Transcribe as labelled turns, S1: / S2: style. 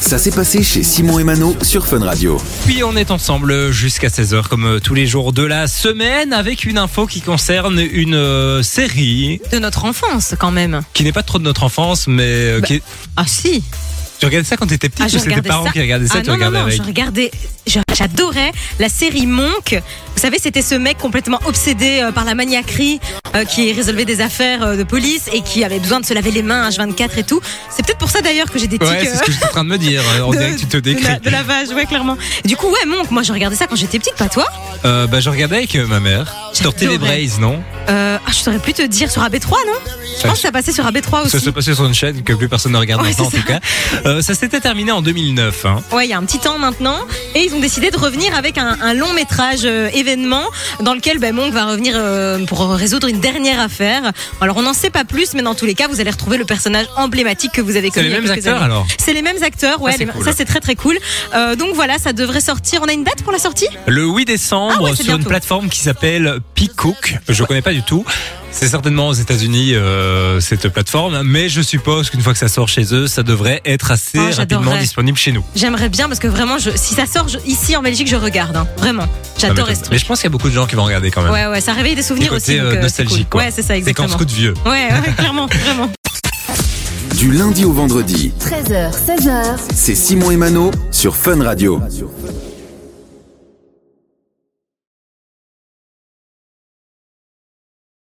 S1: Ça s'est passé chez Simon et Mano sur Fun Radio.
S2: Puis on est ensemble jusqu'à 16h comme euh, tous les jours de la semaine avec une info qui concerne une euh, série
S3: de notre enfance quand même.
S2: qui n'est pas trop de notre enfance mais euh,
S3: Bah,
S2: qui est-
S3: Ah si.
S2: tu regardais ça quand t'étais petit
S3: Ah,
S2: ou
S3: je
S2: c'est tes
S3: regardais
S2: parents
S3: ça.
S2: qui regardaient ça
S3: ah
S2: tu
S3: non, non,
S2: regardais
S3: non,
S2: avec
S3: je regardais, je- j'adorais la série Monk. Vous savez, c'était ce mec complètement obsédé euh, par la maniaquerie euh, qui résolvait des affaires euh, de police et qui avait besoin de se laver les mains H24 et tout. C'est peut-être pour ça d'ailleurs que j'ai des tics
S2: ouais c'est
S3: euh,
S2: ce que j'étais en train de me dire on
S3: de-
S2: dirait que tu te
S3: de la-
S2: décris
S3: De, lavage, ouais, clairement. Du coup, ouais, Monk, moi je regardais ça quand j'étais petite, pas toi
S2: Euh, bah je regardais avec euh, ma mère sur
S3: J'adorais.
S2: Télébraise non
S3: euh, Ah, je saurais plus te dire sur AB3, non Je
S2: Ouais,
S3: pense que ça passait sur AB3
S2: ça
S3: aussi.
S2: se passait sur une chaîne que plus personne ne regarde
S3: Ouais,
S2: maintenant en
S3: c'est
S2: tout cas Euh, ça s'était terminé en 2009 hein.
S3: Ouais, il y a un petit temps maintenant. Et ils ont décidé de revenir avec un, un long métrage euh, événement dans lequel ben, Monk va revenir euh, pour résoudre une dernière affaire. Alors on n'en sait pas plus, mais dans tous les cas, vous allez retrouver le personnage emblématique que vous avez
S2: c'est
S3: connu.
S2: les
S3: il y a
S2: mêmes
S3: quelques
S2: acteurs
S3: années.
S2: alors
S3: C'est les mêmes acteurs, ouais,
S2: Ah, c'est
S3: les-
S2: cool.
S3: ça c'est très très cool. Euh, donc voilà, ça devrait sortir. On a une date pour la sortie
S2: Le 8 décembre
S3: Ah ouais, c'est
S2: sur une
S3: bientôt.
S2: plateforme qui s'appelle Peacock. Je connais pas du tout. C'est certainement aux États-Unis euh, cette plateforme, mais je suppose qu'une fois que ça sort chez eux, ça devrait être assez
S3: Ah,
S2: rapidement
S3: j'adorerais.
S2: disponible chez nous.
S3: J'aimerais bien parce que vraiment, je, si ça sort je- ici en Belgique, je regarde. hein. Vraiment, j'adore ce
S2: Mais
S3: truc.
S2: je pense qu'il y a beaucoup de gens qui vont regarder quand même.
S3: Ouais, ouais, ça réveille des souvenirs
S2: Du bah, côté,
S3: aussi.
S2: euh,
S3: donc, c'est
S2: nostalgique,
S3: cool.
S2: quoi.
S3: Ouais, c'est ça,
S2: C'est quand on
S3: exactement.
S2: se coûte vieux.
S3: Ouais, ouais, clairement, vraiment.
S1: Du lundi au vendredi,
S4: 13h, 16h,
S1: c'est Simon et Mano sur Fun Radio.